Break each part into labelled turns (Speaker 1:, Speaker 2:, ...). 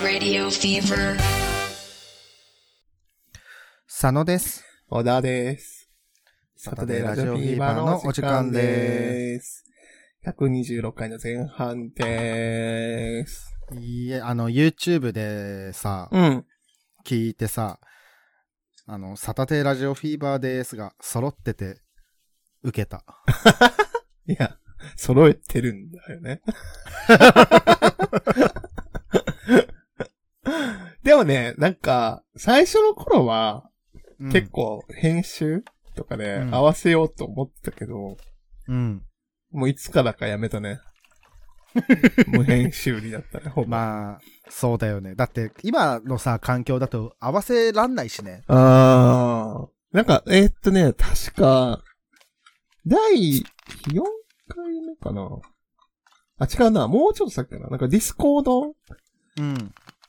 Speaker 1: Radio Fever.
Speaker 2: 佐野です。
Speaker 3: 小田です。サタデーラジオフィーバーのお時間です。126回の前半でーす。
Speaker 2: いえ、あの、YouTube でさ、
Speaker 3: うん。
Speaker 2: 聞いてさ、あの、サタデーラジオフィーバーですが、揃ってて、受けた。
Speaker 3: いや、揃えてるんだよ ね。でもね、なんか、最初の頃は、
Speaker 2: うん
Speaker 3: 結。構編集とかで
Speaker 2: うん
Speaker 3: 合わせようと思ってたけど、
Speaker 2: うん。
Speaker 3: もういつからかやめた ね。無編集になったね、ほぼ。
Speaker 2: まあ、そうだよね。だって、今のさ、環境だと合わせらんないしね。
Speaker 3: あー。なんか、えーっとね、確か、第4回目かな。あ、違うな。もうちょっと先かな。なんかディスコード
Speaker 2: うん。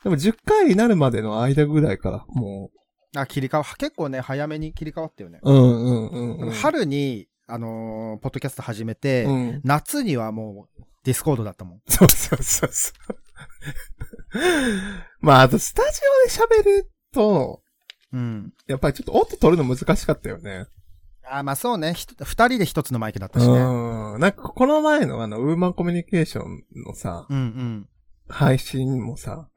Speaker 3: でも10回になるまでの間ぐらいから、も
Speaker 2: あ、切り替わ、結構ね、早めに切り替わったよね。
Speaker 3: う。うんうんうん、うん。
Speaker 2: 春に、あのーポッドキャスト始めて、
Speaker 3: うん。
Speaker 2: 夏にはもう、ディスコードだったもん。
Speaker 3: そうそうそうそう。 まあ、あと、スタジオで喋ると、
Speaker 2: うん。
Speaker 3: やっぱりちょっと音取るの難しかったよね。
Speaker 2: あ、まあそうね。ひと二人で一つのマイクだったしね。
Speaker 3: うん。なんか、この前のあの、ウーマンコミュニケーションのさ、
Speaker 2: うん
Speaker 3: 配信もさ、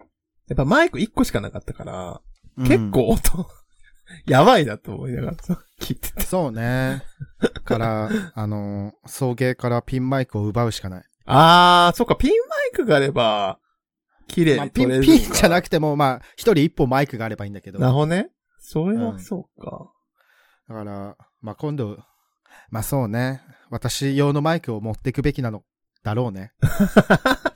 Speaker 3: やっぱマイク1個しかなかったから、
Speaker 2: うん。
Speaker 3: 結構音、 やばいなと思いながらさ、聞いて
Speaker 2: うん。
Speaker 3: て。
Speaker 2: そうね。 から、あのー、送迎からピンマイクを奪うしかない。
Speaker 3: あー、そっか、ピンマイクがあれば、綺麗
Speaker 2: まあ、
Speaker 3: に
Speaker 2: ピ
Speaker 3: 撮れる
Speaker 2: ン、
Speaker 3: のか、
Speaker 2: ピンじゃなくても、まあ、一人一本マイクがあればいいんだけど。
Speaker 3: なる
Speaker 2: だ
Speaker 3: ほどね。それ
Speaker 2: うん
Speaker 3: はそうか。
Speaker 2: から、まあ今度、まあそうね。私用のマイクを持っていくべきなの。だろう ね。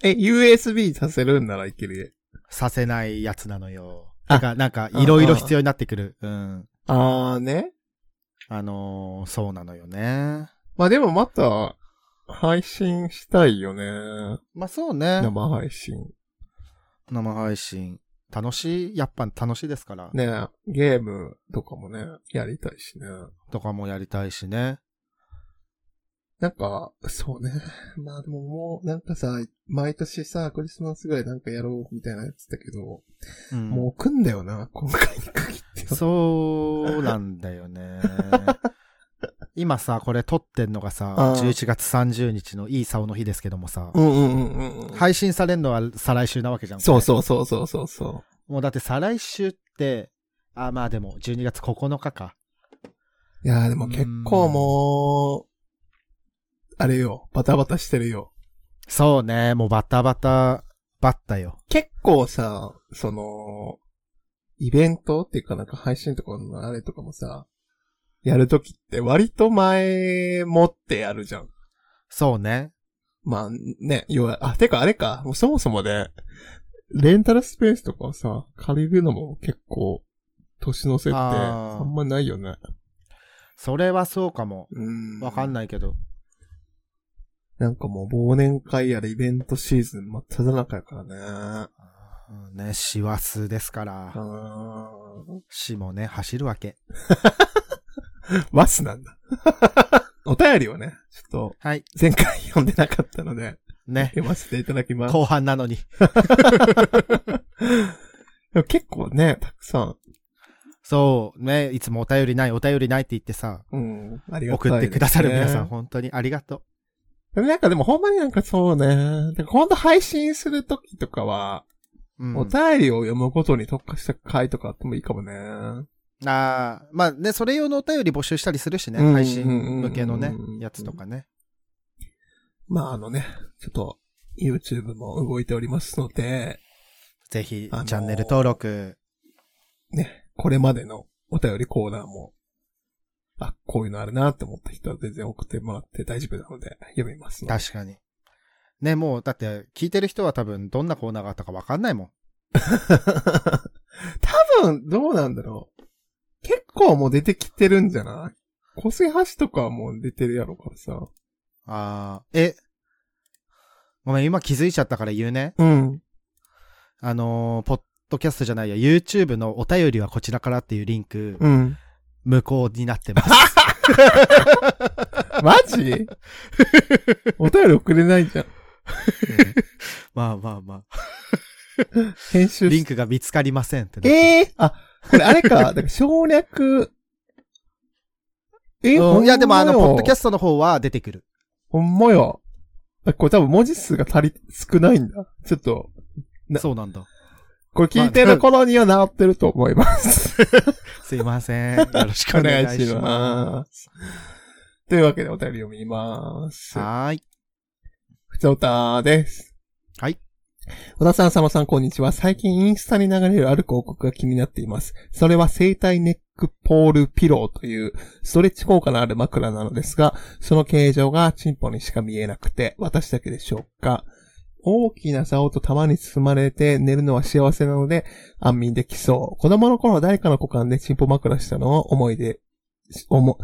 Speaker 3: え、USB させるんならいける。
Speaker 2: させないやつなのよ。
Speaker 3: あ
Speaker 2: だから、なんか、いろいろ必要になってくる。うん。
Speaker 3: あーね。
Speaker 2: あのー、そうなのよね。
Speaker 3: まあでもまた、配信したいよね。
Speaker 2: まあそうね。
Speaker 3: 生配信。
Speaker 2: 生配信。楽しい、やっぱ楽しいですから。
Speaker 3: ねゲームとかもね、やりたいしね。
Speaker 2: とかもやりたいしね。
Speaker 3: なんか、そうね。 まあでももう、なんかさ、毎年さ、クリスマスぐらいなんかやろうみたいなやつだけど、
Speaker 2: うん
Speaker 3: もう来んだよな、今回に限っては。
Speaker 2: そうなんだよ ね。今さ、これ撮ってんのがさ、
Speaker 3: ああ
Speaker 2: 11月30日のいい竿の日ですけどもさ、
Speaker 3: んうんうんうんい。
Speaker 2: 配信されるのは再来週なわけじゃん。
Speaker 3: そう
Speaker 2: う。
Speaker 3: そうそうそうそうそ
Speaker 2: もうだって再来週って、あ、まあでも12月9日か。
Speaker 3: う。いやーでも結構もう、あれよ、バタバタしてるよ。
Speaker 2: そうね、もうバタバタ、バッタよ。
Speaker 3: 結構さ、その、イベントっていうかなんか配信とかのあれとかもさ、やるときって割と前もってやるじゃん。
Speaker 2: そうね。
Speaker 3: まあね、要は、あ、てかあれか、もうそもそもね、レンタルスペースとかをさ、借りるのも結構、年の瀬って、
Speaker 2: あー
Speaker 3: あんまないよね。
Speaker 2: それはそうかも。
Speaker 3: うん
Speaker 2: わかん
Speaker 3: な
Speaker 2: な
Speaker 3: い。
Speaker 2: いけど。
Speaker 3: なんかもう忘年会やらイベントシーズン真っ只中やからね。
Speaker 2: うんね、師走ですから。
Speaker 3: あ
Speaker 2: 師もね、走るわけ。
Speaker 3: ーワスなんだ。 お便りをね、ちょっと、
Speaker 2: はい。
Speaker 3: 前回読んでなかったので、
Speaker 2: ね。
Speaker 3: 読ませていただきます。
Speaker 2: 後半なのに。
Speaker 3: でも結構ね、たくさん、
Speaker 2: そう、ね、いつもお便りない、お便りないって言ってさ、
Speaker 3: うん、ありがたい
Speaker 2: 送ってくださる皆さん、
Speaker 3: ん
Speaker 2: 本当にありがと
Speaker 3: でもなんかでもほんまになんかそうね。でほんと配信するときとかは、
Speaker 2: う。うん、
Speaker 3: お便りを読むことに特化した回とかあってもいいかもね。
Speaker 2: あーまあね、それ用のお便り募集したりするしね、
Speaker 3: うん
Speaker 2: 配信向けのね
Speaker 3: う、ん
Speaker 2: やつとかね。
Speaker 3: まああのね、ちょっと YouTube も動いておりますので、
Speaker 2: ぜひ、
Speaker 3: あのー
Speaker 2: チャンネル登録。
Speaker 3: ね、これまでのお便りコーナーも、あ、こういうのあるなって思った人は全然送ってもらって大丈夫なので読みますので。
Speaker 2: 確かに。ね、もう、だって、聞いてる人は多分、どんなコーナーがあったかわかんないもん。
Speaker 3: 多分、どうなんだろう。結構もう出てきてるんじゃない個性橋とかはもう出てるやろからさ。
Speaker 2: あーえ、ごめん、今気づいちゃったから言うね。
Speaker 3: うん。
Speaker 2: あのーポッドキャストじゃないや、YouTube のお便りはこちらからっていうリンク、
Speaker 3: うん。
Speaker 2: 無効になって ます。
Speaker 3: マ ジお便り送れないじゃん。
Speaker 2: まあまあまあ。
Speaker 3: 編集
Speaker 2: リンクが見つかりませんってなって。
Speaker 3: ええあ、これあれ か、だから省略。え
Speaker 2: うんいや、でもあの、ポッドキャ
Speaker 3: ス
Speaker 2: ス
Speaker 3: ト。
Speaker 2: トの方は出てくる。
Speaker 3: ほんまよ。これ多分文字数が足り、少ないんだ。ちょっと、な
Speaker 2: そうなんだ。
Speaker 3: これ聞いてる頃には治ってると思います。
Speaker 2: すいません。よろしく
Speaker 3: お
Speaker 2: お願
Speaker 3: 願
Speaker 2: い
Speaker 3: いし
Speaker 2: しま
Speaker 3: ます。というわけでお便り読みます
Speaker 2: す。。はーい。
Speaker 3: ふつおたです。
Speaker 2: はい。
Speaker 3: 小田さん、さまさん、こんにちは。最近インスタに流れるある広告が気になっています。それは生体ネックポールピローというストレッチ効果のある枕なのですが、その形状がチンポにしか見えなくて、私だけでしょうか。大きな竿と玉に包まれて寝るのは幸せなので、安眠できそう。子供の頃誰かの股間でチンポ枕したのを思い出、思、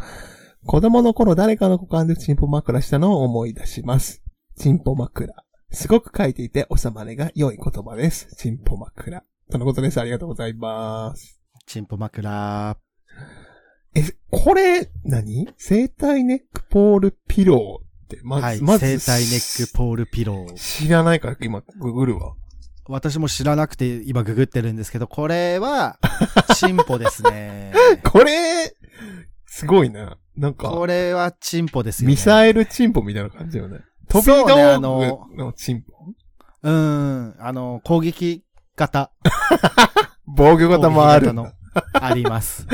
Speaker 3: 子供の頃誰かの股間でチンポ枕したのを思い出します。チンポ枕。すごく書いていて収まりが良い言葉です。チンポ枕。とのことです。ありがとうございます。
Speaker 2: チンポ枕。
Speaker 3: え、これ、何生体ネックポールピローって、まず、
Speaker 2: はい。
Speaker 3: ま
Speaker 2: 生
Speaker 3: ず、
Speaker 2: 体ネックポールピロー。
Speaker 3: 知らないから今、ググるわ。
Speaker 2: 私も知らなくて今ググってるんですけど、これは、チンポですね。
Speaker 3: これ、すごいな。なんか、
Speaker 2: これはチンポですよ、ね。
Speaker 3: ミサイルチンポみたいな感じよね。飛び
Speaker 2: そうね
Speaker 3: 道
Speaker 2: あの
Speaker 3: 具のチンポ。
Speaker 2: うーん。あの、攻撃型。
Speaker 3: 防御型もある
Speaker 2: 攻撃型。の。あります。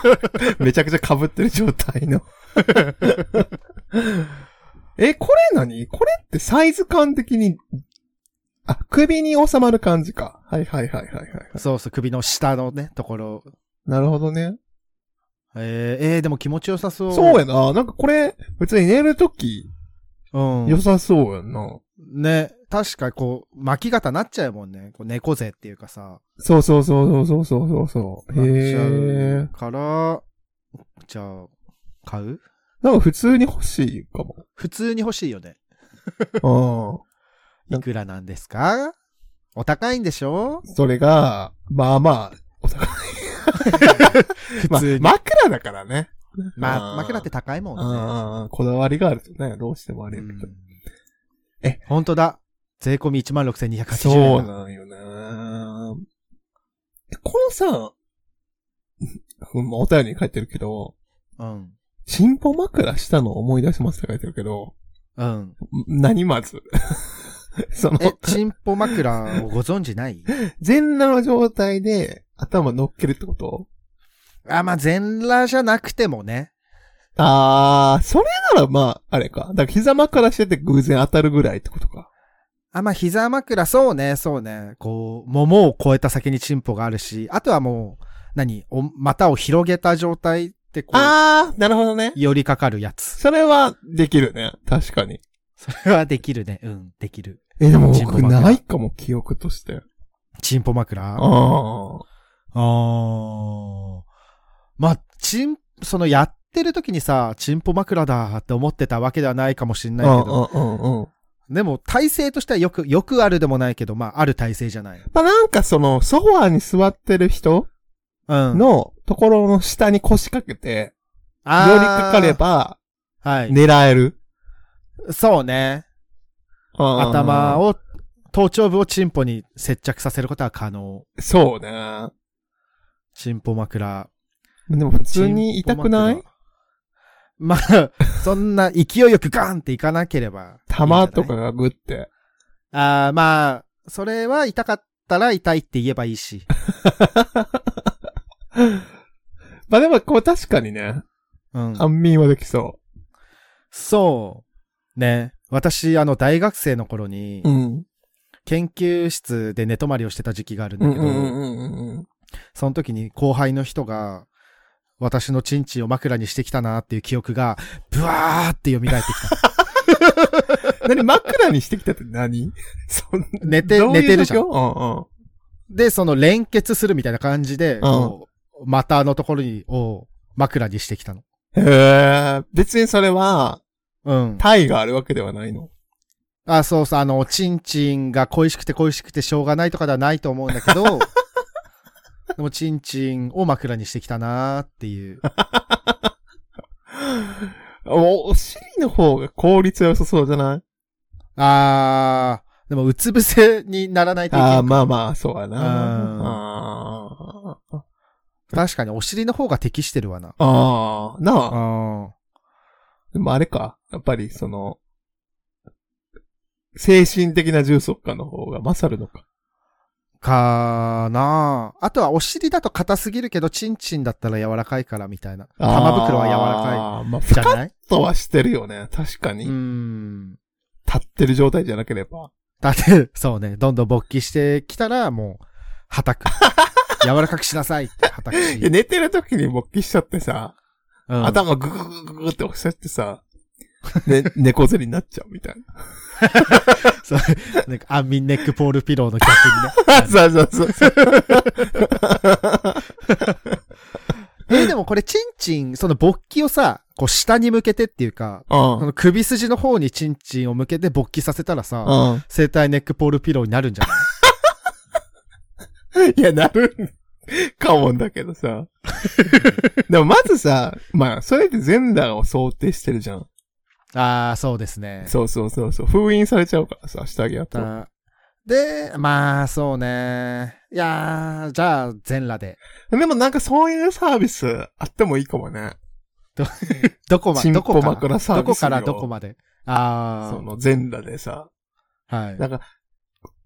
Speaker 3: めちゃくちゃ被ってる状態の。 え、これ何これってサイズ感的に、あ、首に収まる感じか。はいはいはいはいはい。
Speaker 2: そうそう、首の下のね、ところ。
Speaker 3: なるほどね。
Speaker 2: えー、えーでも気持ちよさそう。
Speaker 3: そうやな。なんかこれ、別に寝るとき、
Speaker 2: うん。
Speaker 3: 良さそうやんな。
Speaker 2: ね、確かこう、巻き型なっちゃうもんね。こう猫背っていうかさ、
Speaker 3: そうそうそうそうそうそうそう。
Speaker 2: なっちゃ
Speaker 3: へ
Speaker 2: う
Speaker 3: え。
Speaker 2: から、じゃあ、買う
Speaker 3: なんか普通に欲しいか
Speaker 2: 普通に欲しいよね。
Speaker 3: も。
Speaker 2: いくらなんですかお高いんでしょ
Speaker 3: うん。それが、まあまあ、お互い
Speaker 2: 普
Speaker 3: まあ
Speaker 2: 通に。、
Speaker 3: 枕だからね。
Speaker 2: まあ、
Speaker 3: うん
Speaker 2: 枕って高いも
Speaker 3: うん
Speaker 2: んね。
Speaker 3: うんうんこだわりがあるとね、どうしてもあれやけど。え
Speaker 2: え、本当だ。税込み16,280円だ。
Speaker 3: そうなんよなえこのさ、うんまあお便りに書いてるけど、
Speaker 2: うん。
Speaker 3: チンポ枕したのを思い出しますって書いてるけど、
Speaker 2: うん。
Speaker 3: ん何まず その、
Speaker 2: え、チンポ枕をご存知ない
Speaker 3: 全裸の状態で頭乗っけるってこと
Speaker 2: あ、まあ、全裸じゃなくてもね。
Speaker 3: あー、それならまあ、あれか。だから膝枕してて偶然当たるぐらいってことか。
Speaker 2: あ、まあ、膝枕、そうね、そうね。こう、桃を越えた先にチンポがあるし、あとはもう、何お、股を広げた状態ってこう、
Speaker 3: あー、なるほどね。
Speaker 2: 寄りかかるやつ。
Speaker 3: それはできるね。確かに。
Speaker 2: それはできるね。うん、できる。
Speaker 3: え、でも
Speaker 2: チンポ
Speaker 3: 僕
Speaker 2: 枕
Speaker 3: ないかも、記憶として。
Speaker 2: チンポ枕
Speaker 3: あ
Speaker 2: あ
Speaker 3: ー。
Speaker 2: ー。まあ、チン、そのやってる時にさ、チンポ枕だって思ってたわけではないかもしんないけど、
Speaker 3: うんうんうんうん。
Speaker 2: でも体勢としてはよく、よくあるでもないけど、まあ、ある体勢じゃない。
Speaker 3: まあ、なんかその、ソファーに座ってる人
Speaker 2: うん。
Speaker 3: のところの下に腰掛けて、寄
Speaker 2: あー
Speaker 3: りかかれば、
Speaker 2: はい。
Speaker 3: 狙える。
Speaker 2: そうね。頭
Speaker 3: を。
Speaker 2: を、頭頂部をチンポに接着させることは可能。
Speaker 3: そうね。
Speaker 2: チンポ枕。
Speaker 3: でも普通に痛くない
Speaker 2: チンポ枕まあ、そんな勢いよくガンっていかなければいいんじゃない
Speaker 3: 玉とか。がグって。
Speaker 2: ああ、まあ、それは痛かったら痛いって言えばいいし。
Speaker 3: まあでもこう確かにね、
Speaker 2: うん。
Speaker 3: 安眠はできそ
Speaker 2: そう。ね。私、あの、大学生の頃に
Speaker 3: う。、ん。
Speaker 2: 研究室で寝泊まりをしてた時期があるん
Speaker 3: う
Speaker 2: だ
Speaker 3: ん
Speaker 2: け
Speaker 3: う
Speaker 2: ど、
Speaker 3: んうんうんうん。
Speaker 2: その時に後輩の人が、私のチンチンを枕にしてきたなっていう記憶が、ブワーって蘇ってきた。
Speaker 3: 何枕にしてきたって 何そん
Speaker 2: 寝て、
Speaker 3: どうい
Speaker 2: 寝
Speaker 3: う
Speaker 2: てるじゃん
Speaker 3: 状。況
Speaker 2: で、その連結するみたいな感じで、
Speaker 3: ん
Speaker 2: こう股のところに、を枕にしてきたの。
Speaker 3: うんうん。へえ、別にそれは、
Speaker 2: うん。
Speaker 3: 体があるわけではないの。
Speaker 2: あ、そうそう、あの、チンチンが恋しくて恋しくてしょうがないとかではないと思うんだけ ど、でも、チンチンを枕にしてきたなーっていう。
Speaker 3: お、お尻の方が効率が良さそうじゃない
Speaker 2: あー、でも、うつ伏せにならないといけ
Speaker 3: あ
Speaker 2: な
Speaker 3: あ、
Speaker 2: い。
Speaker 3: まあまあ、そうやな。
Speaker 2: うん
Speaker 3: ああ。
Speaker 2: 確かにお尻の方が適してるわな。
Speaker 3: ああ、なあ。
Speaker 2: あ
Speaker 3: でもあれか。やっぱり、その、精神的な重足化の方が勝るのか。
Speaker 2: かなあとはお尻だと硬すぎるけど、チンチンだったら柔らかいからみたいな。
Speaker 3: あー
Speaker 2: 玉袋は柔らか
Speaker 3: まあ、
Speaker 2: い。
Speaker 3: ふ
Speaker 2: じゃ
Speaker 3: かっ
Speaker 2: ない
Speaker 3: とはしてるよね。確かに。
Speaker 2: うー
Speaker 3: 立
Speaker 2: ん。
Speaker 3: ってる状態じゃなければ。
Speaker 2: だって、 そうね、どんどん勃起してきたら、もう、は たく。柔らかくしなさいって、はたくし
Speaker 3: いや、。寝てる時に勃起しちゃってさ、
Speaker 2: うん
Speaker 3: 頭ググググググって押しちゃってさ、ね、 猫背になっちゃうみたいな。
Speaker 2: そう なんか、アンミンネックポールピローの逆にね。
Speaker 3: そうそうそうそう。
Speaker 2: えでもこれ、チンチン、その勃起をさ、こう、下に向けてっていうか、
Speaker 3: うん
Speaker 2: そ。の首筋の方にチンチンを向けて勃起させたらさ、
Speaker 3: うん。
Speaker 2: 生体ネックポールピローになるんじゃない
Speaker 3: いや、なるんかもんだけ どさ。でもまずさ、まあ、それってジェンダーを想定してるじゃん。
Speaker 2: ああ、そうですね。
Speaker 3: そうそうそうそう。封印されちゃうからさ、下着やと。
Speaker 2: だで、まあ、そうね。いやー、じゃあ、全裸で。
Speaker 3: でもなんかそういうサービスあってもいいかもね。
Speaker 2: どこま
Speaker 3: チ
Speaker 2: で、
Speaker 3: ン
Speaker 2: ど
Speaker 3: ポ
Speaker 2: こか
Speaker 3: 枕
Speaker 2: ら、
Speaker 3: サー
Speaker 2: ど
Speaker 3: ビ
Speaker 2: こ
Speaker 3: スよ
Speaker 2: からどこまで。あ
Speaker 3: その全裸でさ。
Speaker 2: あ、はい。
Speaker 3: なんか、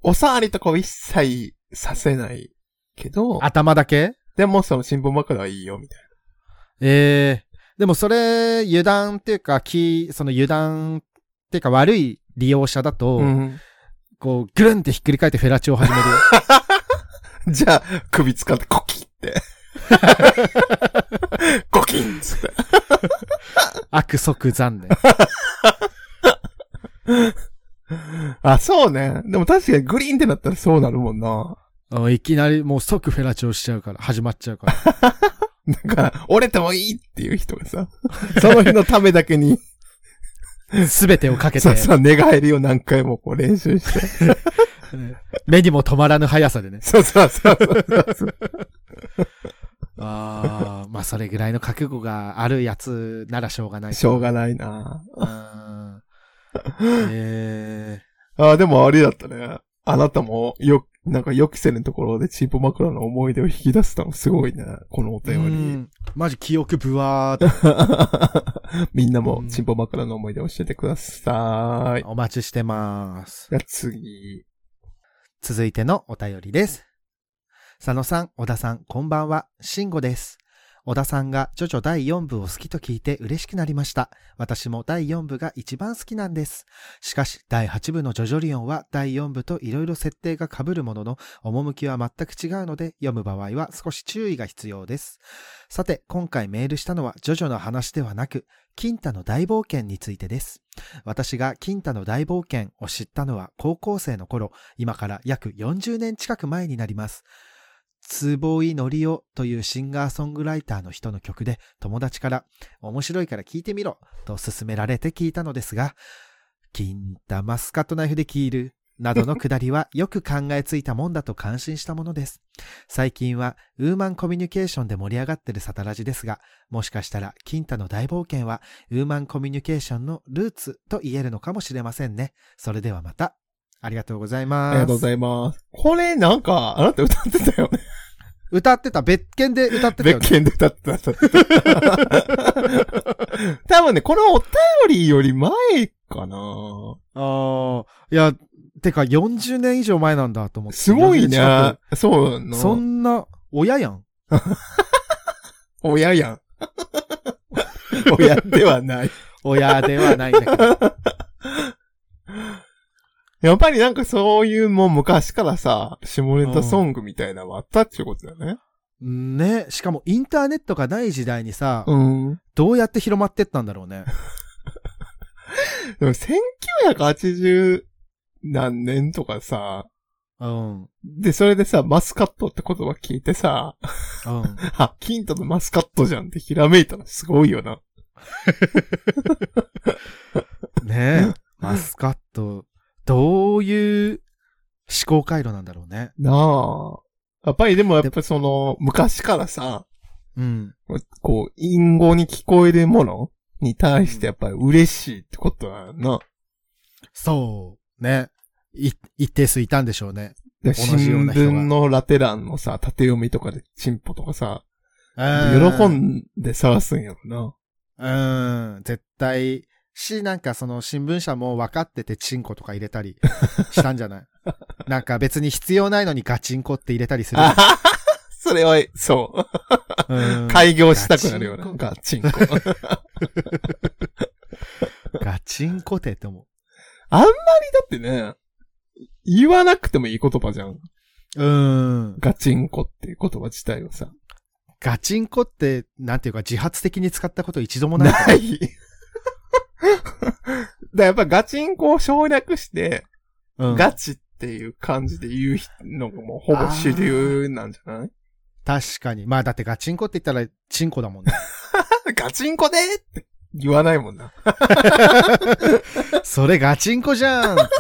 Speaker 3: お触りとかを一切させないけど、
Speaker 2: 頭だけ
Speaker 3: でもそのチンポ枕はいいよ、みたい
Speaker 2: ええでもそれ、油断っていうか、き、その油断っていうか悪い利用者だと、
Speaker 3: な。うん。
Speaker 2: こう、ぐるんってひっくり返ってフェラチオを始 めるよ。
Speaker 3: じゃあ、首使ってコ キって。コキンっつって。
Speaker 2: 悪即残念。
Speaker 3: あ、そうね。でも確かにグリーンってなったらそうなるもんな。
Speaker 2: うんいきなりもう即フェラチオしちゃうから、始まっちゃう から。
Speaker 3: なんか、折れてもいいっていう人 がさ、その日のためだけに、
Speaker 2: すべてをかけて
Speaker 3: さ、、さ、寝返りを何回もこう練習して。
Speaker 2: うん目にも止まらぬ速さでね。
Speaker 3: そうそうそうそうそう。
Speaker 2: ああ、まあそれぐらいの覚悟があるやつならしょうがない。
Speaker 3: しょうがないな
Speaker 2: うん。ええ
Speaker 3: あーでもあれだったね。あなたも、よ、なんか予期せぬところでチープ枕の思い出を引き出せたのすごいね。こ のお
Speaker 2: う
Speaker 3: 便り。
Speaker 2: んマジ記憶ぶわーっ
Speaker 3: みんなもチンポ枕の思い出を教えてください
Speaker 2: て。お待ちしてます。
Speaker 3: じゃあ次。
Speaker 2: 続いてのお便りです。佐野さん、小田さん、こんばんは、慎吾です。小田さんがジョジョ第4部を好きと聞いて嬉しくなりました。私も第4部が一番好きなんです。しかし、第8部のジョジョリオンは第4部と色々設定が被るものの、趣は全く違うので、読む場合は少し注意が必要です。さて、今回メールしたのはジョジョの話ではなく、金太の大冒険についてです。私が金太の大冒険を知ったのは高校生の頃、今から約40年近く前になります。坪井のりおというシンガーソングライターの人の曲で友達から面白いから聴いてみろと勧められて聞いたのですが、金玉マスカットナイフで切るなどのくだりはよく考えついたもんだと感心したものです。最近はウーマンコミュニケーションで盛り上がってるサタラジですが、もしかしたら金太の大冒険はウーマンコミュニケーションのルーツと言えるのかもしれませんね。それではまた。ありがとうございます。
Speaker 3: ありがとうございます。これなんか、あなた歌ってたよね。
Speaker 2: 歌ってた。別件で歌ってたよね。
Speaker 3: 別件で歌ってた。 歌ってた多分ね、このお便りより前かな
Speaker 2: ああ。いや、てか40年以上前なんだと思って。
Speaker 3: すごいね
Speaker 2: 40。
Speaker 3: そうな
Speaker 2: 近くそ
Speaker 3: の。
Speaker 2: んな、親やん。
Speaker 3: 親 やん。親ではない。
Speaker 2: 親ではないんだけど。
Speaker 3: やっぱりなんかそういうもう昔からさ、下ネタソングみたいなのはあったっていうことだよね。
Speaker 2: ね。しかもインターネットがない時代にさ、
Speaker 3: うん。
Speaker 2: どうやって広まってったんだろうね。
Speaker 3: でも1980何年とかさ、
Speaker 2: うん。うん。
Speaker 3: で、それでさ、マスカットって言葉聞いてさ、あ、キントのマスカットじゃんってひらめいたのすごいよな。
Speaker 2: ねえ。マスカット、どういう思考回路なんだろうね。
Speaker 3: なあ。やっぱりでもやっぱその、昔からさ、
Speaker 2: うん。
Speaker 3: こう、隠語に聞こえるものに対してやっぱり嬉しいってことだよな。
Speaker 2: そう。ね。い一定数いたんでしょうね。
Speaker 3: で
Speaker 2: 同
Speaker 3: 新
Speaker 2: じような人が
Speaker 3: 聞のラテ欄のさ、縦読みとかでチンポとかさ、
Speaker 2: うん
Speaker 3: 喜んで探すんやろな。
Speaker 2: うん、絶対、し、なんかその新聞社も分かっててチンコとか入れた りしたんじゃないなんか別に必要ないのにガチンコって入れたりする。
Speaker 3: あははそれは、そう。
Speaker 2: うん
Speaker 3: 開業したくなるよね。ガ
Speaker 2: ガ
Speaker 3: チンコ。
Speaker 2: ガチンコってって思
Speaker 3: だってね、言わなくてもいい言葉じゃん。
Speaker 2: う。うん。
Speaker 3: ガチンコっていう言葉自体はさ。
Speaker 2: ガチンコって、なんていうか自発的に使ったこと一度もない。
Speaker 3: ない。だからやっぱガチンコを省略して、
Speaker 2: うん、
Speaker 3: ガチっていう感じで言うのがもうほぼ主流なんじゃない
Speaker 2: 確かに。まあだってガチンコって言ったらチンコだもんね。
Speaker 3: ガチンコでーって言わないもんな。
Speaker 2: それガチンコじゃん って。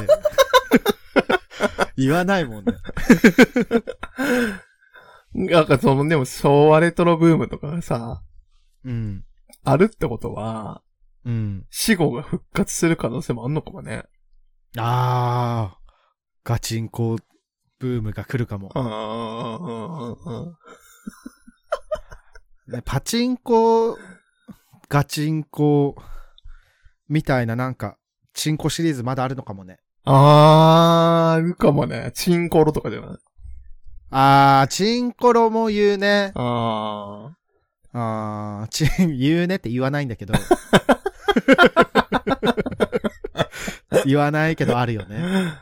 Speaker 2: 言わないもんね。
Speaker 3: なんかその、でも昭和レトロブームとかがさ、
Speaker 2: うん。
Speaker 3: あるってことは、
Speaker 2: うん。
Speaker 3: 死後が復活する可能性もあんのかもね。
Speaker 2: あー。ガチンコブームが来るかも。
Speaker 3: うんうんうんうんうん。
Speaker 2: ねパチンコ、ガチンコ、みたいななんか、チンコシリーズまだあるのかもね。
Speaker 3: あー、あるかもね。チンコロとかじゃない
Speaker 2: あー、チンコロも言うね。
Speaker 3: あ
Speaker 2: あー、チン、言うねって言わないんだけど。 言わないけどあるよね。
Speaker 3: ー。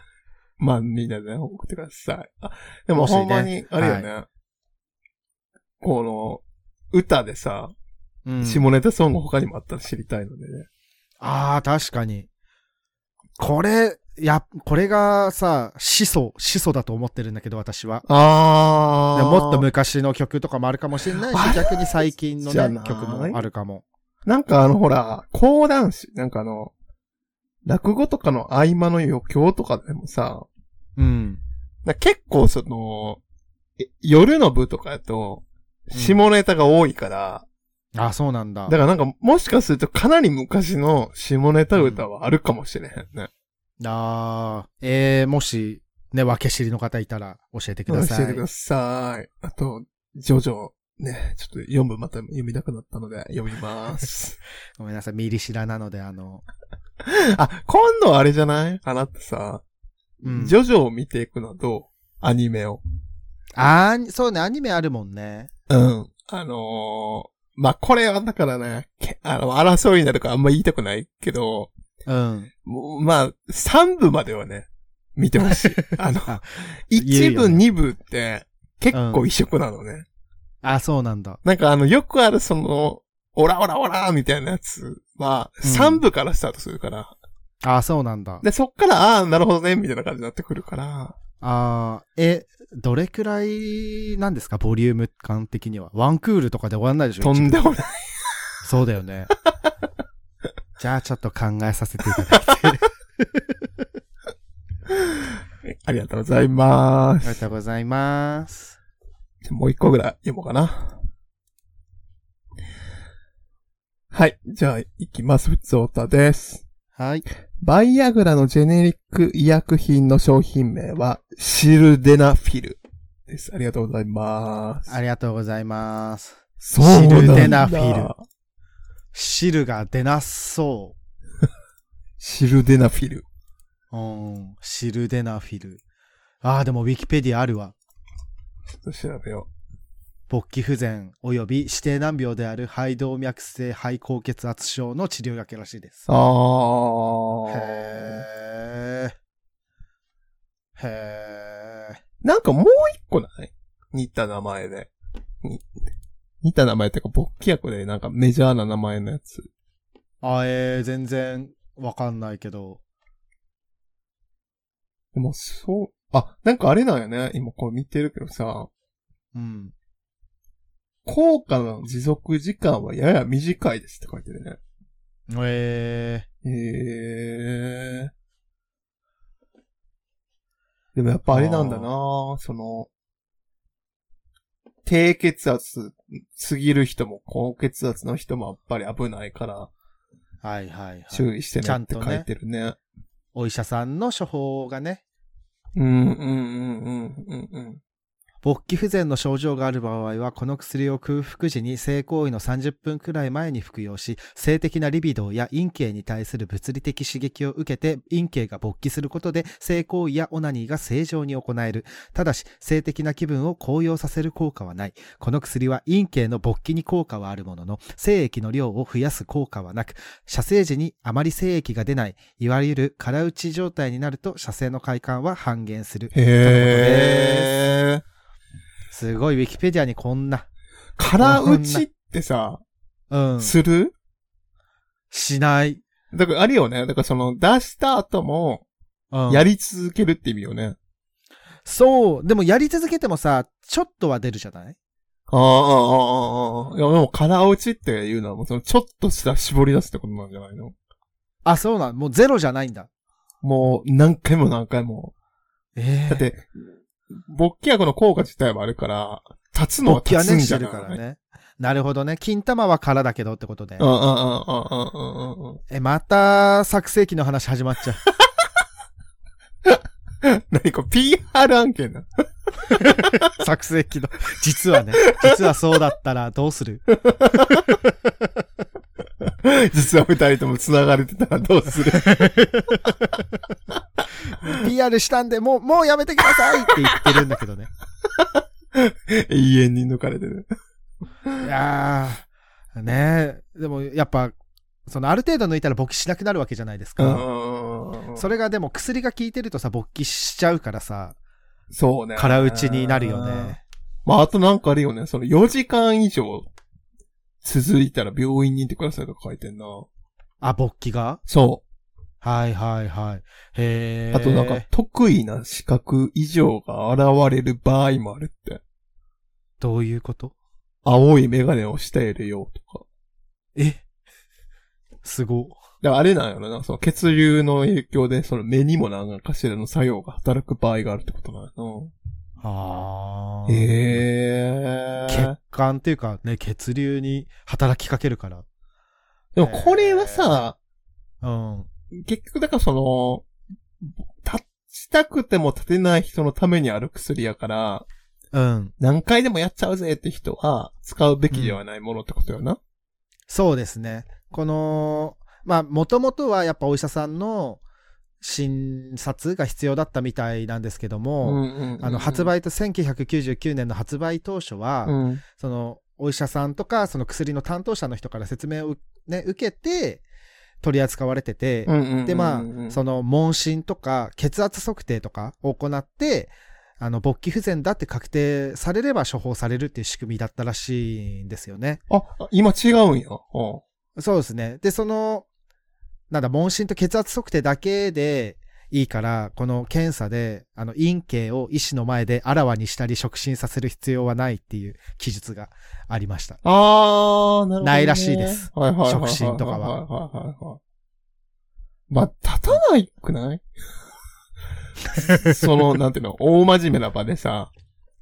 Speaker 3: まあ、みんなで、ね、送ってください。あでも、
Speaker 2: もしね
Speaker 3: ほんまに、あれよね。この、歌でさ、
Speaker 2: うん。
Speaker 3: 下ネタソング他にもあったら知りたいのでね。
Speaker 2: あー、確かに。これ、や、これがさ、始祖、始祖だと思ってるんだけど、私は。
Speaker 3: あ
Speaker 2: でもっと
Speaker 3: む、
Speaker 2: 昔の曲とかもあるかもしれない
Speaker 3: あ
Speaker 2: し、逆に最近の
Speaker 3: じゃ
Speaker 2: ね
Speaker 3: ない、
Speaker 2: 曲もあるかも。
Speaker 3: なんかあの、ほら、講談師、なんかあの、落語とかの合間の余興とかでもさ、
Speaker 2: うん。
Speaker 3: なんか結構その、え夜の部とかやと、下ネタが多いから、
Speaker 2: あ、そうなんだ。
Speaker 3: だからなんか、もしかするとかなり昔の下ネタ歌はあるかもしれへんね。
Speaker 2: あーえー、もし、ね、分け知りの方いたら教えてくださ
Speaker 3: 教え
Speaker 2: い。
Speaker 3: てください。あと、ジョジョ、ね、ちょっと読む、また読みたくなったので読みます。
Speaker 2: ごめんなさい、ミリシラなので、あの、
Speaker 3: あ、今度はあれじゃないあなたさ、
Speaker 2: うん
Speaker 3: ジョジョを見ていくのと、アニメを。
Speaker 2: あーそうね、アニメあるもんね。
Speaker 3: うん。あのーまあ、これはだからね、けあの、争いになるからあんま言いたくないけど、
Speaker 2: うん。
Speaker 3: もうまあ、3部まではね、見て ほしい。あの
Speaker 2: あ、言
Speaker 3: 1
Speaker 2: う
Speaker 3: 部、
Speaker 2: よね
Speaker 3: 2部って、結構異色なのね。
Speaker 2: あ、そうなんだ。
Speaker 3: なんかあの、よくあるその、オラオラオラみたいなやつは、
Speaker 2: うん
Speaker 3: 3部からスタートするから。
Speaker 2: あ、そうなんだ。
Speaker 3: で、そっから、ああー、なるほどね、みたいな感じになってくるから。
Speaker 2: あーえ、どれくらいなんですか、ボリューム感的には。ワンクールとかで終わんないでしょ
Speaker 3: とんで
Speaker 2: 一部
Speaker 3: もない。
Speaker 2: そうだよね。 じゃあ、ちょっと考えさせていただいて。あ
Speaker 3: ありがとうございま
Speaker 2: りが
Speaker 3: す。
Speaker 2: とうございます。
Speaker 3: もう一個ぐらい読もうかな。はい。じゃあ、いきます。ふつおたです。
Speaker 2: はい。
Speaker 3: バイアグラのジェネリック医薬品の商品名は、シルデナフィルです。ありがとうございます。
Speaker 2: ありがとうございます。
Speaker 3: そ
Speaker 2: シルデナフィル。汁が出なそ
Speaker 3: シルデナフィル。
Speaker 2: う。うん。汁出なフィル。ああ、でもウィキペディアあるわ。
Speaker 3: ちょっと調べよ
Speaker 2: 勃起不全及び指定難病である肺動脈性肺高血圧症の治療薬らしいです
Speaker 3: う。。あー。
Speaker 2: へー。へ
Speaker 3: なんかもう一個ない似た名前で。に似た名前っていうか、勃起薬でなんかメジャーな名前のやつ。
Speaker 2: ー。あえー、全然わかんないけど。
Speaker 3: でもそう、あ、なんかあれなんよね。今これ見てるけどさ、
Speaker 2: うん。
Speaker 3: 効果の持続時間はやや短いですって書いてるね。
Speaker 2: え
Speaker 3: へえ。でもやっぱあれなんだなその、低血圧すぎる人も高血圧の人もやっぱり危ないから
Speaker 2: ー。はいはいはい。
Speaker 3: 注意してねって書いてるね。
Speaker 2: お医者さんの処方がね、
Speaker 3: うん、うん、うん、うん、うん、うん。
Speaker 2: 勃起不全の症状がある場合は、この薬を空腹時に性行為の30分くらい前に服用し、性的なリビドーや陰茎に対する物理的刺激を受けて、陰茎が勃起することで、性行為やオナニーが正常に行える。ただし、性的な気分を高揚させる効果はない。この薬は陰茎の勃起に効果はあるものの、精液の量を増やす効果はなく、射精時にあまり精液が出ない、いわゆる空打ち状態になると、射精の快感は半減する。
Speaker 3: へー。
Speaker 2: すごい、ウィキペディアにこんな。
Speaker 3: 空打ちってさ、
Speaker 2: うん。
Speaker 3: する
Speaker 2: しない。
Speaker 3: だからあるよね。だからその出した後も、
Speaker 2: うん。
Speaker 3: やり続けるって意味よね。
Speaker 2: そう。でもやり続けてもさ、ちょっとは出るじゃない
Speaker 3: ああ、ああ、ああ、ああ。いや、でも空打ちっていうのはもうそのちょっとした絞り出すってことなんじゃないの
Speaker 2: あ、そうなん。もうゼロじゃないんだ。
Speaker 3: もう何回も何回も。
Speaker 2: ええ
Speaker 3: だ って、勃起薬の効果自体もあるから、立つのは
Speaker 2: 気は
Speaker 3: 立つん
Speaker 2: ね、し
Speaker 3: じ
Speaker 2: て
Speaker 3: ゃ
Speaker 2: る
Speaker 3: ない
Speaker 2: からね。なるほどね。金玉は空だけどってことで
Speaker 3: う。んうんうんうんうんうんうん。
Speaker 2: え、また、作成期の話始まっちゃう。
Speaker 3: 何これ PR 案件だ。
Speaker 2: 作成期の。実はね。実はそうだったらどうする
Speaker 3: 実は二人とも繋がれてたらどうする
Speaker 2: ?PR したんで、もう、もうやめてくださいって言ってるんだけどね。
Speaker 3: 永遠に抜かれてる。
Speaker 2: いやー、ねえ。でも、やっぱ、その、ある程度抜いたら勃起しなくなるわけじゃないです
Speaker 3: う
Speaker 2: か。
Speaker 3: んうんうんうん。
Speaker 2: それがでも薬が効いてるとさ、勃起しちゃうからさ、
Speaker 3: そうね。
Speaker 2: 空打ちになるよね。。
Speaker 3: まあ、あとなんかあるよね。その4時間以上続いたら病院に行ってくださいとか書いてんな。
Speaker 2: あ、勃起が
Speaker 3: そ
Speaker 2: はいはいはい。へー。
Speaker 3: う。あとなんか、得意な資格以上が現れる場合もあるって。
Speaker 2: どういうこと
Speaker 3: 青いメガネをしているよとか。
Speaker 2: えすご。
Speaker 3: だからあれなんやろな。その血流の影響で、その目にも何かしらの作用が働く場合があるってことなんやな。
Speaker 2: あー。
Speaker 3: へー
Speaker 2: 血。管っていうかね、血流に働きかけるから。
Speaker 3: でもこれはさ、
Speaker 2: うん。
Speaker 3: 結局だからその、立ちたくても立てない人のためにある薬やから、
Speaker 2: うん。
Speaker 3: 何回でもやっちゃうぜって人は使うべきではないものってことよな。
Speaker 2: そうですね。この、まあ、もともとはやっぱお医者さんの診察が必要だったみたいなんですけど
Speaker 3: う
Speaker 2: も、
Speaker 3: んうんうん
Speaker 2: あの発。売と1999年の発売当初は、
Speaker 3: うん。
Speaker 2: そのお医者さんとかその薬の担当者の人から説明を、ね、受けて取り扱われてて、
Speaker 3: うんうんうんうん
Speaker 2: でまあその問診とか血圧測定とかを行ってあの勃起不全だって確定されれば処方されるっていう仕組みだったらしいんですよね。
Speaker 3: あ、今違うんや。うん
Speaker 2: そうですね。でそのなんだ問診と血圧測定だけでいいからこの検査であの陰茎を医師の前であらわにしたり触診させる必要はないっていう記述がありました。
Speaker 3: あー、なるほど、ね。
Speaker 2: ないらしいです。
Speaker 3: はいはいはいはいはい。
Speaker 2: 触診とかは
Speaker 3: はいはいはいはい。まあ、立たないくない その、なんていうの、大真面目な場でさ、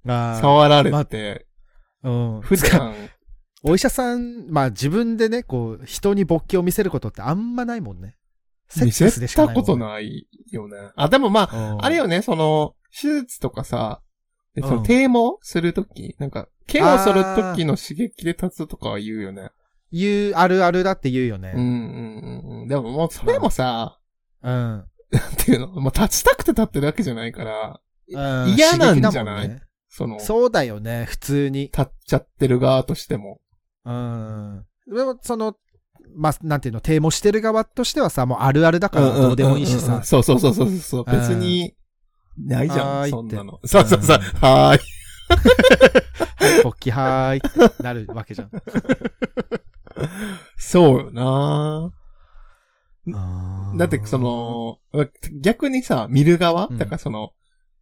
Speaker 2: あー
Speaker 3: 触られ
Speaker 2: ま
Speaker 3: て、
Speaker 2: うん、
Speaker 3: 普段、
Speaker 2: お医者さん、まあ自分でね、こう、人に勃起を見せることってあんまないもんね。セ
Speaker 3: 見
Speaker 2: ック
Speaker 3: せ
Speaker 2: スでしか
Speaker 3: た
Speaker 2: ない
Speaker 3: こ
Speaker 2: もん
Speaker 3: とないよね。あ、でもまあ、
Speaker 2: うん
Speaker 3: あれよね、その、手術とかさ、でそ
Speaker 2: うん
Speaker 3: の、低毛するとき、なんか、毛を剃るときの刺激で立つとかは言うよね。
Speaker 2: 言う、あるあるだって言うよ
Speaker 3: うんう
Speaker 2: ね。
Speaker 3: んうんうん。でももう、それもさ、
Speaker 2: うん。
Speaker 3: なんていうの、もう立ちたくて立ってるわけじゃないから、
Speaker 2: うん
Speaker 3: 嫌なん
Speaker 2: 刺激だも
Speaker 3: じゃない
Speaker 2: ね
Speaker 3: その、立
Speaker 2: そうだよね、普通に。
Speaker 3: っちゃってる側としても。
Speaker 2: うん。でも、その、まあ、なんていうの、手もしてる側としてはさ、もうあるあるだからどうでもいいし
Speaker 3: うんうんうん う
Speaker 2: さ
Speaker 3: ん。そうそうそうそうそう。
Speaker 2: うん
Speaker 3: 別に、ないじ
Speaker 2: はーいっ
Speaker 3: ゃん、
Speaker 2: て
Speaker 3: そんなの。そうそうそう
Speaker 2: うん。
Speaker 3: はーい。
Speaker 2: 勃起はーいってなるわけじゃん。
Speaker 3: そうよな
Speaker 2: あー
Speaker 3: だって、そ、の、逆にさ、見る側
Speaker 2: うん
Speaker 3: だからその、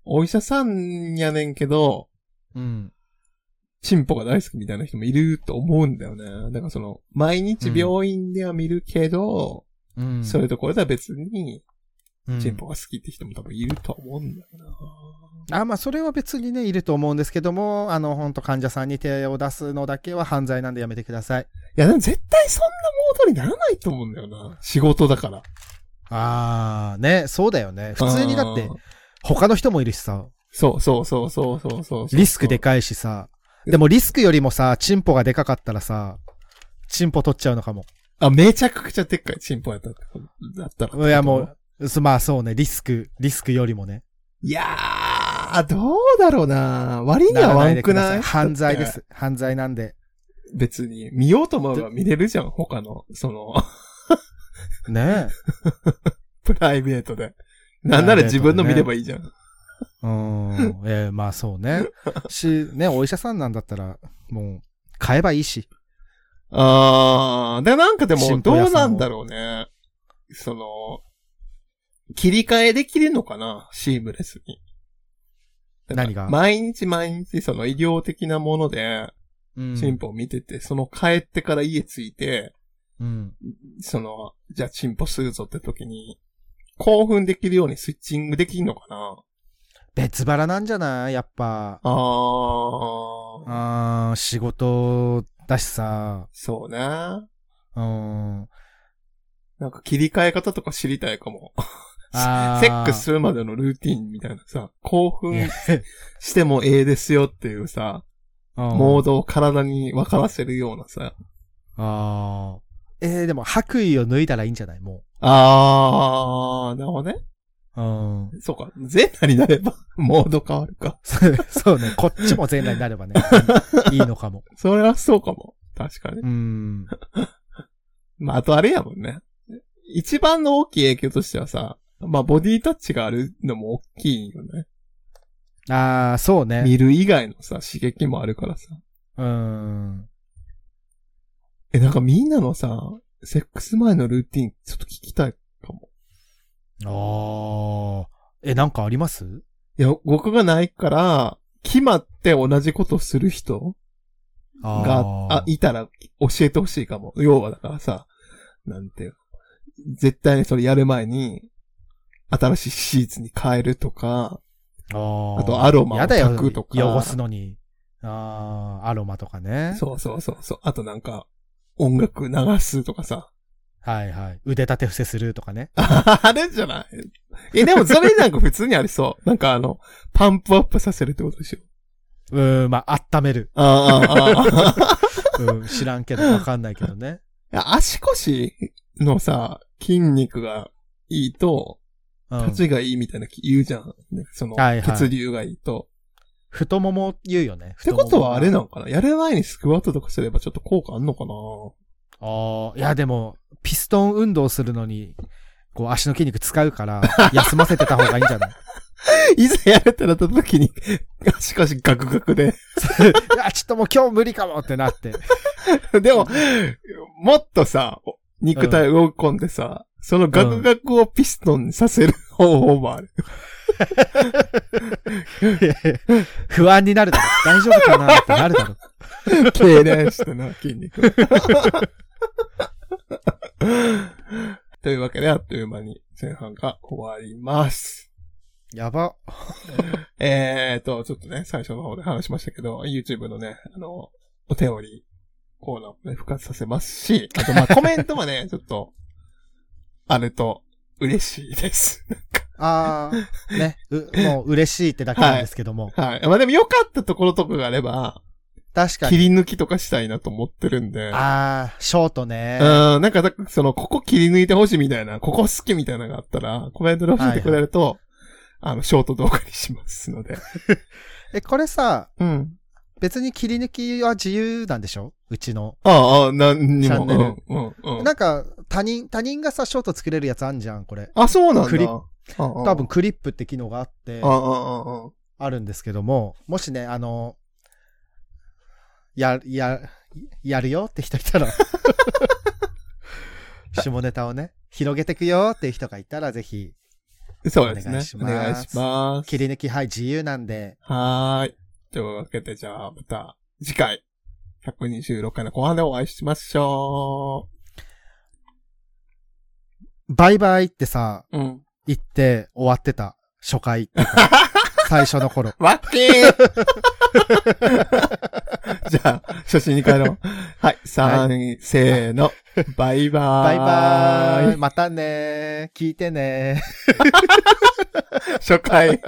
Speaker 3: お医者さんやねんけど、
Speaker 2: うん。
Speaker 3: チンポが大好きみたいな人もいると思うんだよね。だからその、毎日病院では見るけど、
Speaker 2: うん。
Speaker 3: そういうところでは別に、
Speaker 2: うん
Speaker 3: チンポが好きって人も多分いると思うんだよな
Speaker 2: あまあ、それは別にね、いると思うんですけども、あの、本当患者さんに手を出すのだけは犯罪なんでやめてください。
Speaker 3: いや、でも絶対そんなモードにならないと思うんだよな。仕事だから。
Speaker 2: ああ、ね、そうだよね。普通にだって
Speaker 3: うん、
Speaker 2: 他の人もいるしさ、
Speaker 3: そうそうそうそうそうそうそう。
Speaker 2: リスクでかいしさ、でもリスクよりもさ、チンポがでかかったらさ、チンポ取っちゃうのかも。
Speaker 3: あ、めちゃくちゃでっかいチンポやったってことだったら。
Speaker 2: いやもう、すまあそうね、リスク、リスクよりもね。
Speaker 3: いやー、どうだろうな割に
Speaker 2: な
Speaker 3: は
Speaker 2: ら
Speaker 3: ワ
Speaker 2: ない
Speaker 3: ン
Speaker 2: で
Speaker 3: く
Speaker 2: くだ
Speaker 3: な
Speaker 2: さ
Speaker 3: い
Speaker 2: い犯罪で。
Speaker 3: だって
Speaker 2: す。犯罪なんで。
Speaker 3: 別に、見ようと思えば見れるじゃん、他の、その、
Speaker 2: ね
Speaker 3: プライベートで。なんなら自分の見ればいいじゃん。
Speaker 2: え。うーん。えーまあそうね。し、ね、お医者さんなんだったら、もう、買えばいいし。
Speaker 3: あー、で、なんかで
Speaker 2: チ
Speaker 3: も、
Speaker 2: ンポ屋
Speaker 3: ど
Speaker 2: さんを
Speaker 3: うなんだろうね。その、切り替えできるのかなシームレスに。
Speaker 2: 何が
Speaker 3: 毎日毎日、その医療的なもので、
Speaker 2: うん
Speaker 3: チンポを見てて、その帰ってから家着いて、
Speaker 2: うん。
Speaker 3: その、じゃあチンポするぞって時に、興奮できるようにスイッチングできんのかな
Speaker 2: 別腹なんじゃないやっぱ。
Speaker 3: あー、
Speaker 2: あー仕事だしさ、
Speaker 3: そうね。な
Speaker 2: うーん。
Speaker 3: んか切り替え方とか知りたいかも。
Speaker 2: あー
Speaker 3: セックスするまでのルーティンみたいなさ、興奮
Speaker 2: ね
Speaker 3: してもええですよっていう
Speaker 2: う
Speaker 3: さ、
Speaker 2: ん
Speaker 3: モードを体に分からせるようなさ。
Speaker 2: ああ。えー、でも白衣を脱いだらいいんじゃないも
Speaker 3: あー、なるほどね。
Speaker 2: う。 うん。
Speaker 3: そうか。全裸になれば、 モード変わるか。
Speaker 2: そうそうね。こっちも全裸になればね。うんいいのかも。
Speaker 3: それはそうかも。確かに。
Speaker 2: うん。
Speaker 3: まあ、あとあれやもんね。一番の大きい影響としてはさ、まあ、ボディタッチがあるのも大きいよね。
Speaker 2: ああ、そうね。
Speaker 3: 見る以外のさ、刺激もあるからさ。
Speaker 2: うん。
Speaker 3: え、なんかみんなのさ、セックス前のルーティン、ちょっと聞きたいかも。
Speaker 2: ああ。え、なんかあります
Speaker 3: いや、僕がないから、決まって同じことする人
Speaker 2: あ
Speaker 3: が、
Speaker 2: ー
Speaker 3: あ、いたら教えてほしいかも。要はだからさ、なんていうの絶対にそれやる前に、新しいシーツに変えるとか、
Speaker 2: あー
Speaker 3: あとアロマを
Speaker 2: やだよ
Speaker 3: 炊くとか
Speaker 2: 汚すのに。ああ、アロマとかね。
Speaker 3: そうそうそうそう。あとなんか、音楽流すとかさ。
Speaker 2: はいはい。腕立て伏せするとかね。
Speaker 3: あるんじゃないえ、でもそれなんか普通にありそう。 なんかあの、パンプアップさせるってことでしょ。
Speaker 2: うーん、まあ、温める。
Speaker 3: ああ、ああ、
Speaker 2: う
Speaker 3: あ
Speaker 2: ん、知らんけど、わかんないけどね。
Speaker 3: あ。足腰のさ、筋肉がいいと、
Speaker 2: うん
Speaker 3: 立ちがいいみたいな言うじゃん。ねその、
Speaker 2: はいはい
Speaker 3: 血流がいいと。
Speaker 2: 太もも言うよね。っ
Speaker 3: ってことはあれなんかなやる前にスクワットとかすればちょっと効果あんのかな
Speaker 2: ああ、いやでも、ピストン運動するのに、こう足の筋肉使う から、休ませてた方がいいんじゃない
Speaker 3: いざやれたらった時に、しかしガクガクで。
Speaker 2: いや、ちょっともう今日無理かもってなって。
Speaker 3: でも、もっとさ、肉体動き込んでさ、そのガクガクをピストンにさせる方法もある。
Speaker 2: 不安になるだろ。大丈夫かなってなるだろ。
Speaker 3: 痙攣してな、筋 肉。というわけで、あっという間に前半が終わります。
Speaker 2: やば。
Speaker 3: えーと、ちょっとね、最初の方で話しましたけど、YouTube のね、あの、お手織りコーナーもね、復活させますし、 あとまあコメントも ね、ちょっと、あると嬉しいです。
Speaker 2: ああ、ね、うもう嬉しいってだけなんですけども。
Speaker 3: はい。まあでも良かったところとかがあれば、
Speaker 2: 確かに。
Speaker 3: 切り抜きとかしたいなと思ってるんで、
Speaker 2: ああ、ショートね。
Speaker 3: うん、なんかだ、その、ここ切り抜いてほしいみたいな、ここ好きみたいなのがあったら、コメントで教えてくれると、あの、ショート動画にしますの で。
Speaker 2: え、これさ、
Speaker 3: うん。
Speaker 2: 別に切り抜きは自由なんでしょうちの。
Speaker 3: ああ、ああ、何に
Speaker 2: チャ
Speaker 3: も。
Speaker 2: ンネル
Speaker 3: うん、うん、うん。
Speaker 2: なんか、他人、他人がさ、ショート作れるやつあんじゃん、これ。
Speaker 3: あ、そうなんだ。
Speaker 2: クリ多
Speaker 3: 多
Speaker 2: 分クリップって機能があって。
Speaker 3: ああ、ああ、
Speaker 2: あるんですけども、もしね、あの、や、や、やるよって人いたら、下ネタをね、広げてくよっていう人がいたら、ぜひ、
Speaker 3: そうですね。お
Speaker 2: お
Speaker 3: 願
Speaker 2: 願
Speaker 3: い
Speaker 2: い
Speaker 3: し
Speaker 2: し
Speaker 3: ま。
Speaker 2: ますす
Speaker 3: は
Speaker 2: 切り抜き、はい、自由なんで、
Speaker 3: ーい。というわけで、じゃあ、また次回、126回の後半でお会いしましょ
Speaker 2: バイバイってさ、
Speaker 3: う。うん。
Speaker 2: 言って終わってた、初回っていうか最初の頃。
Speaker 3: わっけー じゃあ、初心に帰 ろう。はい、三、せーの。バイバー
Speaker 2: バ
Speaker 3: イ。
Speaker 2: イバーイ。またねー。聞いてねー。
Speaker 3: 初回。